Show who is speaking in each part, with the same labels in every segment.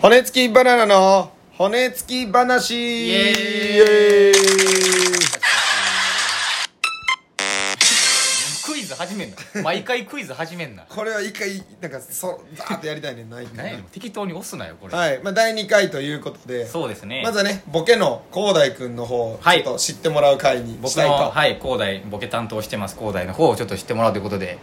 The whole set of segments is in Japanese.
Speaker 1: 骨付きバナナの骨付き話
Speaker 2: イエー
Speaker 1: エーイ
Speaker 2: クイズ始めんな毎回クイズ始めんな
Speaker 1: これは一回なんかそザーッとやりたいねんな一
Speaker 2: 何
Speaker 1: 回
Speaker 2: やねん適当に押すなよこれ、
Speaker 1: なはい、まあ、第2回ということで
Speaker 2: そうですね
Speaker 1: まずはねボケの広大くんの方をち
Speaker 2: はい
Speaker 1: ょっと知ってもらう回にし
Speaker 2: 僕
Speaker 1: たいと
Speaker 2: の
Speaker 1: は
Speaker 2: はい広大ボケ担当してます広大の方をちょっと知ってもらうということで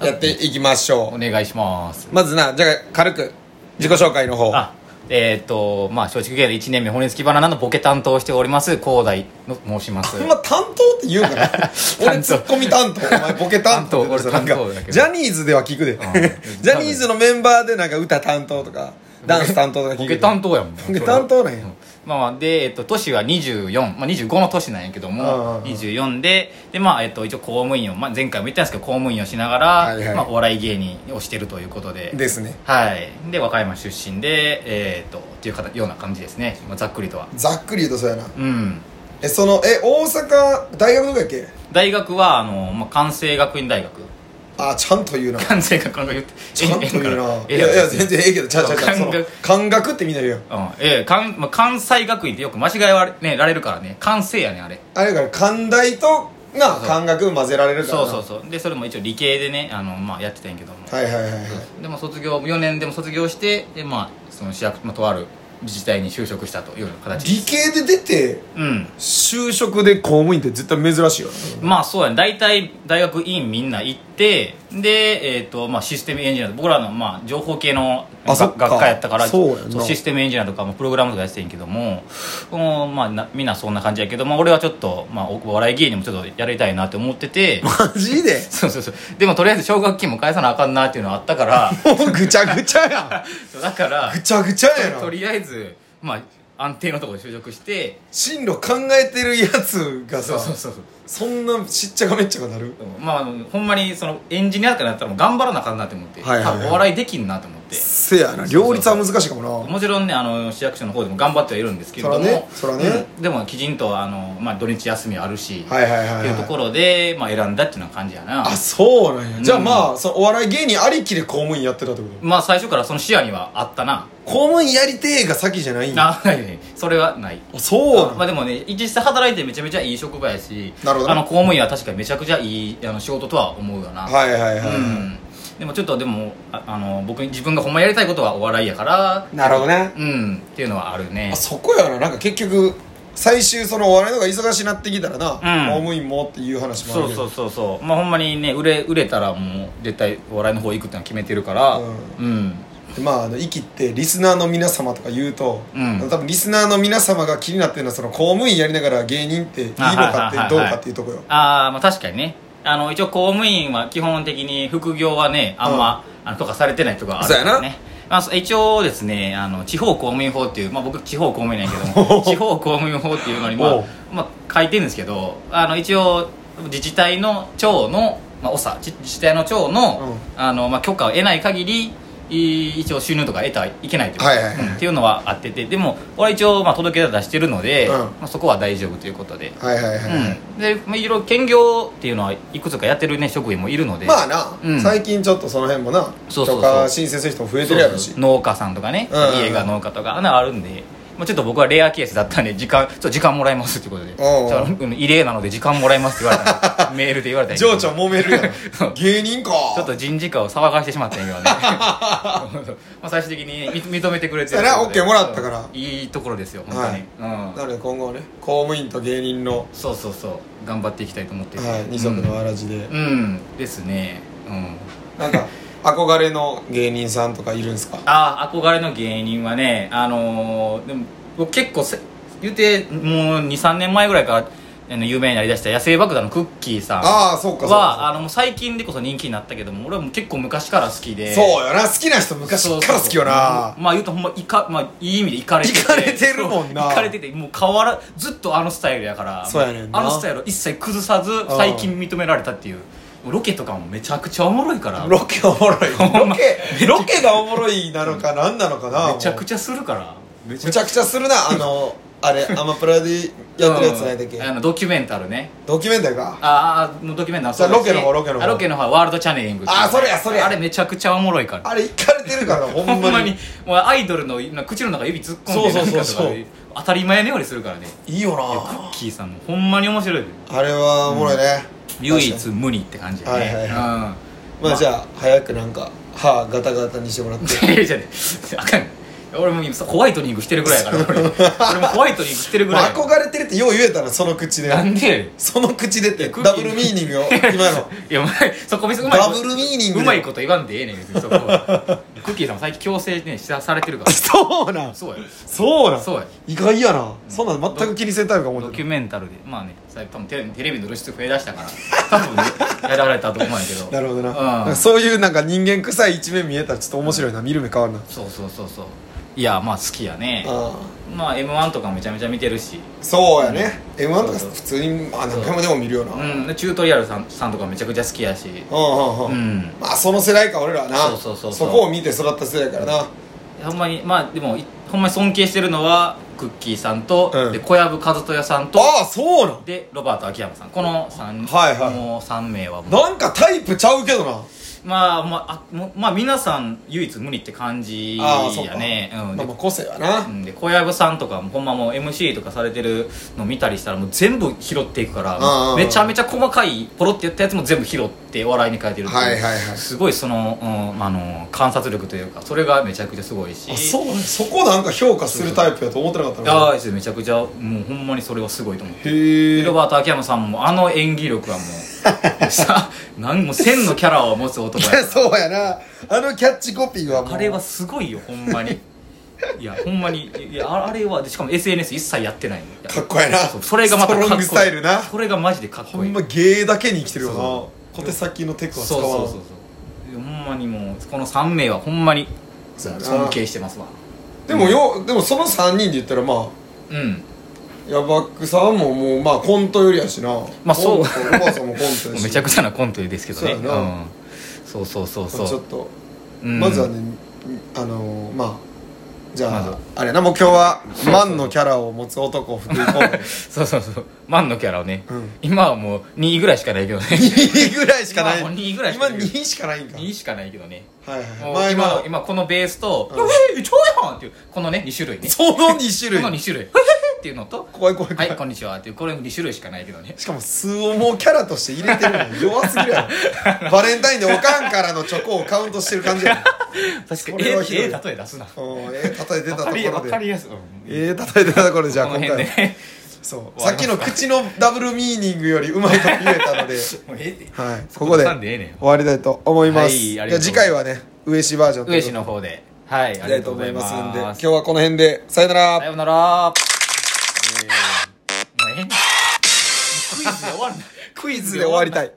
Speaker 1: い、やっていきましょ
Speaker 2: お願いします
Speaker 1: うまずなじゃあ軽く自己紹介の方
Speaker 2: あえーっ、とまあ松竹芸能1年目骨付きバナナのボケ担当しております広大の申します
Speaker 1: ほんま担当って言うから 俺ツッコミ担当お前ボケ担当って言うから
Speaker 2: 担当俺担当
Speaker 1: なん
Speaker 2: だけ
Speaker 1: か
Speaker 2: ど
Speaker 1: ジャニーズでは聞くで ジャニーズのメンバーでなんか歌担当と かダンス担当とか聞く
Speaker 2: ボ
Speaker 1: け
Speaker 2: ケ
Speaker 1: ど
Speaker 2: 担当やもん
Speaker 1: ボケ担当なんや
Speaker 2: うんまあまあで、えっと、年は24、まあ、25の年なんやけど
Speaker 1: うんうんうん
Speaker 2: も24でで、まあえっと、一応公務員を、まあ、前回も言ったんですけど公務員をしながら、
Speaker 1: はいはい
Speaker 2: まあ、お笑い芸人をしてるということで
Speaker 1: ですね
Speaker 2: はいで和歌山出身でえーっとっていう形ような感じですね、まあ、ざっくりとは
Speaker 1: ざっくり言うとそうやな
Speaker 2: うん
Speaker 1: えそのえ大阪大学どこやっけ
Speaker 2: 大学はあの、まあ、関西学院大学
Speaker 1: あちゃんと言うな
Speaker 2: 関西学院大学
Speaker 1: ちゃんと言うな
Speaker 2: ええ
Speaker 1: い
Speaker 2: んか
Speaker 1: やいや全然ええけどちゃうちゃうちゃうその
Speaker 2: 感覚
Speaker 1: 感覚ってみんな言うよ
Speaker 2: うんええ関まあ、関西学院ってよく間違えられ,、ね、られるからね関西やねあれ
Speaker 1: あれやから寛大とな感覚混ぜられるから
Speaker 2: そう
Speaker 1: な
Speaker 2: そうそうでそれも一応理系でねあの、まあ、やってたんやけども、
Speaker 1: はいはいはいはい
Speaker 2: でも卒業4年でも卒業してでまあその市役、まあ、とある自治体に就職したというような形
Speaker 1: 理系で出て
Speaker 2: うん
Speaker 1: 就職で公務員って絶対珍しいよな
Speaker 2: まあそうやね大体大学院みんな行ってで、えーとまあ、システムエンジニア僕らの、まあ、情報系の
Speaker 1: あ
Speaker 2: が
Speaker 1: そっ
Speaker 2: 学
Speaker 1: か
Speaker 2: 科やったから
Speaker 1: そうやんな
Speaker 2: システムエンジニアとか、まあ、プログラムとかやってたんやけども、うんまあ、なみんなそんな感じやけど、まあ、俺はちょっと、まあ、おお笑い芸人もちょっとやりたいなって思っ てて
Speaker 1: マジで
Speaker 2: そうそうそうでもとりあえず奨学金も返さなあかんなっていうのはあったから
Speaker 1: もうぐちゃぐちゃや
Speaker 2: そうだから
Speaker 1: んぐちゃぐちゃや
Speaker 2: と
Speaker 1: な
Speaker 2: りあえずまあ安定のところで就職して
Speaker 1: 進路考えてるやつがさ
Speaker 2: そうそうそうそう
Speaker 1: そんなしっちゃかめっちゃかなる
Speaker 2: まああのほんまにそのエンジニアとかになったらもう頑張らなあかんなって思って、
Speaker 1: はいはいはい
Speaker 2: 多分お笑いできんなと思って
Speaker 1: せやな両立は難しいかもな
Speaker 2: もちろんねあの市役所の方でも頑張ってはいるんですけれども
Speaker 1: そらねそらね
Speaker 2: うんでもきちんとあの、まあ、土日休みあるし、
Speaker 1: はいはいはいはい
Speaker 2: っていうところで、まあ、選んだっていうような感じやな
Speaker 1: あそうなんや
Speaker 2: うん
Speaker 1: じゃあまあそのお笑い芸人ありきで公務員やってたってこと
Speaker 2: まあ最初からその視野にはあったな、
Speaker 1: 公務員やりてえが先じゃないんや
Speaker 2: あはいそれはない
Speaker 1: あそうなん
Speaker 2: まあでもね実際働いてめちゃめちゃいい職場やし
Speaker 1: なるほど
Speaker 2: あの公務員は確かにめちゃくちゃいいあの仕事とは思うよな
Speaker 1: はいはいはいはい、
Speaker 2: うんでもちょっとでもああの僕自分がほんまやりたいことはお笑いやから
Speaker 1: なるほどね
Speaker 2: うんっていうのはあるね
Speaker 1: あそこやななんか結局最終そのお笑いの方が忙しいなってきたらな、公務員もっていう話もあ
Speaker 2: そ
Speaker 1: る
Speaker 2: う
Speaker 1: けど
Speaker 2: そうそうそうまあほんまにね売れ売れたらもう絶対お笑いの方行くってのは決めてるから
Speaker 1: う
Speaker 2: うんん、
Speaker 1: でまあ、あの息ってリスナーの皆様とか言うと、
Speaker 2: うん
Speaker 1: 多分リスナーの皆様が気になってるのはその公務員やりながら芸人っていいのかっ
Speaker 2: あはい
Speaker 1: て
Speaker 2: はいはいはい
Speaker 1: どうかっていうとこよ
Speaker 2: ああまあ確かにねあの一応公務員は基本的に副業はねあんま、あのとかされてないとかあるから
Speaker 1: そうや
Speaker 2: ねまあ、そ一応ですねあの地方公務員法っていう、まあ、僕地方公務員なん やけども地方公務員法っていうのに、ま
Speaker 1: おう
Speaker 2: あまあ、書いてるんですけどあの一応自治体の長の、まあ、長自自治体の長の,、あのまあ、許可を得ない限りい一応収入とか得てはいけないという,、
Speaker 1: はいはいはい
Speaker 2: うんっていうのはあっててでも俺は一応、まあ、届け出は出してるので、
Speaker 1: うん
Speaker 2: まあ、そこは大丈夫ということで
Speaker 1: はいはいはい、
Speaker 2: うん、でまあいろいろ兼業っていうのはいくつかやってるね職員もいるので
Speaker 1: まあな、
Speaker 2: うん
Speaker 1: 最近ちょっとその辺もな
Speaker 2: そうそうそ
Speaker 1: 許
Speaker 2: う
Speaker 1: 可申請する人も増えてるやろし
Speaker 2: そうそう農家さんとかね、
Speaker 1: うんうんうん
Speaker 2: 家が農家とかあんなのあるんで、まあ、ちょっと僕はレアケースだったんで時間 ちょっと時間もらいますってことで
Speaker 1: おうおう
Speaker 2: ちょっとうん異例なので時間もらいますって言われ たんでメールで言われたんやけど
Speaker 1: 情緒揉めるやん芸人か
Speaker 2: ちょっと人事課を騒がしてしまったんや けどねまあ最終的にね認認めてくれて
Speaker 1: そうやな
Speaker 2: ということで
Speaker 1: OK もらったから
Speaker 2: うんいいところですよ本当に、うん
Speaker 1: なので今後はね公務員と芸人の、
Speaker 2: そうそうそう頑張っていきたいと思ってて
Speaker 1: はい、二足のわらじで、
Speaker 2: うん、うん、ですねうん
Speaker 1: なんか憧れの芸人さんとかいるんすか
Speaker 2: あー憧れの芸人はねあのーでも僕結構せ言うてもう23年前ぐらいからあの有名になりだした野生爆弾のクッキーさんは
Speaker 1: ああそうかそう
Speaker 2: あ
Speaker 1: か
Speaker 2: のもう最近でこそ人気になったけども俺はもう結構昔から好きで
Speaker 1: そうよな好きな人昔から好きよな
Speaker 2: まあ言うとほんまいか、まあ、いい意味でいかれて
Speaker 1: イカれてるもんな
Speaker 2: そういかれててもう変わらずっとあのスタイルやから
Speaker 1: そうやねんな
Speaker 2: あのスタイルを一切崩さず最近認められたっていうロケとかもめちゃくちゃおもろいからめ
Speaker 1: ロケおもろい
Speaker 2: ほんま
Speaker 1: ロケロケがおもろいなのか何なのかな
Speaker 2: ちゃくちゃするからめ
Speaker 1: むちゃくちゃするなあのあれアマプラでやってるやつないだっけ
Speaker 2: うんあのドキュメンタルね
Speaker 1: ドキュメンタリーか
Speaker 2: ああドキュメンタル
Speaker 1: じゃあ
Speaker 2: そうだし
Speaker 1: ロケの方ロケの方
Speaker 2: あロケの方はワールドチャネリングっていう
Speaker 1: あーそれやそれや
Speaker 2: あれめちゃくちゃおもろいから
Speaker 1: あれいかれてるからほんま
Speaker 2: ほん
Speaker 1: に
Speaker 2: まにもうアイドルのなんか口の中指突っ込んで
Speaker 1: そうそうそうそう
Speaker 2: なんかとか当たり前のようにするからね
Speaker 1: いいよ
Speaker 2: いやクッ
Speaker 1: な
Speaker 2: キーさんもほんまに面白いで
Speaker 1: あれはおもろいね、
Speaker 2: 唯
Speaker 1: 確
Speaker 2: 一
Speaker 1: かに
Speaker 2: 無二って感じやね、
Speaker 1: はいはいは
Speaker 2: うん
Speaker 1: まあじゃあ早くなんか歯ガタガタにしてもらって
Speaker 2: いやいやじゃねあかん俺も今ホワイトニングしてるぐらいやから 俺俺もホワイトニングしてる ぐ
Speaker 1: ま
Speaker 2: らい
Speaker 1: あ
Speaker 2: やから
Speaker 1: 憧れてるってよう言えたなその口で
Speaker 2: なんでやねん
Speaker 1: その口でって
Speaker 2: クッキー
Speaker 1: ダブルミーニン グを今の
Speaker 2: いやお前そこ別にうまい
Speaker 1: ダブルミーニング
Speaker 2: うまいこと言わんでええねん別にそこはクッキーさんも最近強制ねしされてるから
Speaker 1: そうなん
Speaker 2: そうや
Speaker 1: そうなん
Speaker 2: そうや
Speaker 1: 意外やなそんなん全く気にせんタイプか思
Speaker 2: ド
Speaker 1: って
Speaker 2: キ
Speaker 1: た
Speaker 2: ュメンタルでまあね最近多分テレビテレビの露出増えだしたから多分ねやられたと思うんやけど
Speaker 1: なるほどな,、
Speaker 2: うん、そ
Speaker 1: そう
Speaker 2: う
Speaker 1: いうなんか人間臭い一面見えたらちょっと面白いな見る目変わるな
Speaker 2: そうそうそういやまあ好きやね
Speaker 1: ああ
Speaker 2: まあ m 1とかめちゃめちゃ見てるし
Speaker 1: そうやね m 1とか
Speaker 2: そうそう
Speaker 1: 普通にあ何回もでも見るよなうんうん
Speaker 2: うんでチュートリアルさんさんとかめちゃくちゃ好きやし
Speaker 1: うん
Speaker 2: うん
Speaker 1: まあその世代か俺らはな
Speaker 2: そうそうそうそう
Speaker 1: こを見て育った世代からな
Speaker 2: ほんまにまあでもいほんまに尊敬してるのはクッキーさんと、
Speaker 1: うん
Speaker 2: で小籔和豊さんと
Speaker 1: ああそうなん
Speaker 2: でロバート秋山さんこの3、
Speaker 1: はいはい
Speaker 2: もう3名はもう
Speaker 1: なんかタイプちゃうけどな
Speaker 2: まあまああもうまあ皆さん唯一無二って感じ
Speaker 1: ああそうか
Speaker 2: やねうん
Speaker 1: ま
Speaker 2: で
Speaker 1: あまあ個性はな
Speaker 2: うんで小籔さんとかもほんまもう MC とかされてるの見たりしたらもう全部拾っていくか
Speaker 1: うんうんう
Speaker 2: ら
Speaker 1: ん
Speaker 2: めちゃめちゃ細かいポロってやったやつも全部拾って笑いに変えてるってう
Speaker 1: はいはいはい
Speaker 2: すごいその,、うんまああの観察力というかそれがめちゃくちゃすごいし
Speaker 1: あそうなんそこなんか評価するタイプやと思ってなかったな
Speaker 2: ああめちゃくちゃもうほんまにそれはすごいと思う
Speaker 1: へえ
Speaker 2: ロバート秋山さんもあの演技力はも うさなんもう千のキャラを持つ男やから
Speaker 1: そうやなあのキャッチコピーはもう
Speaker 2: あれはすごいよほんま にいやほんまにいやああれはでしかも SNS 一切やってないのいや
Speaker 1: かっこええな
Speaker 2: そうそれがまたかっこいい
Speaker 1: ストロングスタイルな
Speaker 2: それがマジでかっ
Speaker 1: ほ
Speaker 2: こい
Speaker 1: ん
Speaker 2: い
Speaker 1: ま芸だけに生きてるよな
Speaker 2: そ
Speaker 1: 小手先のテクは使
Speaker 2: そう
Speaker 1: わ
Speaker 2: そう
Speaker 1: な
Speaker 2: そうそういやほんまにもうこの3名はほんまに
Speaker 1: そうやな
Speaker 2: 尊敬してますわ
Speaker 1: でもよでもその3人で言ったらまあ
Speaker 2: うん
Speaker 1: ヤバックさんももうまあコントよりやしな
Speaker 2: まあそう
Speaker 1: コントロバさんもコントやし
Speaker 2: めちゃくちゃなコントですけどね
Speaker 1: そうやな
Speaker 2: うんそうそうそう
Speaker 1: まあち
Speaker 2: そ
Speaker 1: ょ
Speaker 2: う
Speaker 1: っと、
Speaker 2: うん
Speaker 1: まずはねあのーまあじゃ
Speaker 2: まず
Speaker 1: あ、
Speaker 2: は
Speaker 1: あれやなもう今日はマンのキャラを持つ男を振っていこう
Speaker 2: そうそうそうマンのキャラをね
Speaker 1: うん
Speaker 2: 今はもう2位ぐらいしかないけどね
Speaker 1: 2ぐらいしかない
Speaker 2: 今もう二ぐらいし
Speaker 1: 今
Speaker 2: かない
Speaker 1: 2しかないんか
Speaker 2: 2位しかないけどね
Speaker 1: はいはい
Speaker 2: も
Speaker 1: まあ
Speaker 2: う今の
Speaker 1: 今
Speaker 2: 今このベースと
Speaker 1: う
Speaker 2: 「うんえちょいはん!」っていうこのね2種類ね
Speaker 1: その2種類
Speaker 2: この2種類っていうのと「
Speaker 1: 怖い怖い
Speaker 2: は
Speaker 1: 怖い、
Speaker 2: いこんにちは」っていうこれ2種類しかないけどね
Speaker 1: しかも数をもうキャラとして入れてるの弱すぎるや ろバレンタインでおかんからのチョコをカウントしてる感じや
Speaker 2: 確
Speaker 1: か
Speaker 2: か
Speaker 1: に
Speaker 2: に
Speaker 1: ええ
Speaker 2: え
Speaker 1: ええ
Speaker 2: え例え出すな
Speaker 1: ろうんええ叩いてたと
Speaker 2: わ
Speaker 1: こ
Speaker 2: か
Speaker 1: ろ
Speaker 2: りわか
Speaker 1: で
Speaker 2: りやすい、うん
Speaker 1: ええ叩いてたところでじゃあ
Speaker 2: この
Speaker 1: 今回
Speaker 2: 辺
Speaker 1: は
Speaker 2: で ね
Speaker 1: そう
Speaker 2: 終わ
Speaker 1: さ
Speaker 2: り
Speaker 1: っ
Speaker 2: ます
Speaker 1: きの口のダブルミーニングよりうまいこと言えたの で
Speaker 2: もうええって
Speaker 1: はい
Speaker 2: そ
Speaker 1: ここで
Speaker 2: 挟んええねん
Speaker 1: 終わりたいと思います、
Speaker 2: はい
Speaker 1: じゃ
Speaker 2: あ
Speaker 1: あ
Speaker 2: りがとう
Speaker 1: 次回はね上市バージョンとい
Speaker 2: 上
Speaker 1: うこ
Speaker 2: 司
Speaker 1: とで
Speaker 2: の方ではいあ
Speaker 1: や
Speaker 2: り
Speaker 1: りた
Speaker 2: が
Speaker 1: い
Speaker 2: と
Speaker 1: と
Speaker 2: う
Speaker 1: 思
Speaker 2: ござ
Speaker 1: い
Speaker 2: いま
Speaker 1: ます
Speaker 2: す
Speaker 1: んで今日はこの辺でさよなら
Speaker 2: さようなら えーもうええねんクイズで終わるな
Speaker 1: クイズで終わりたい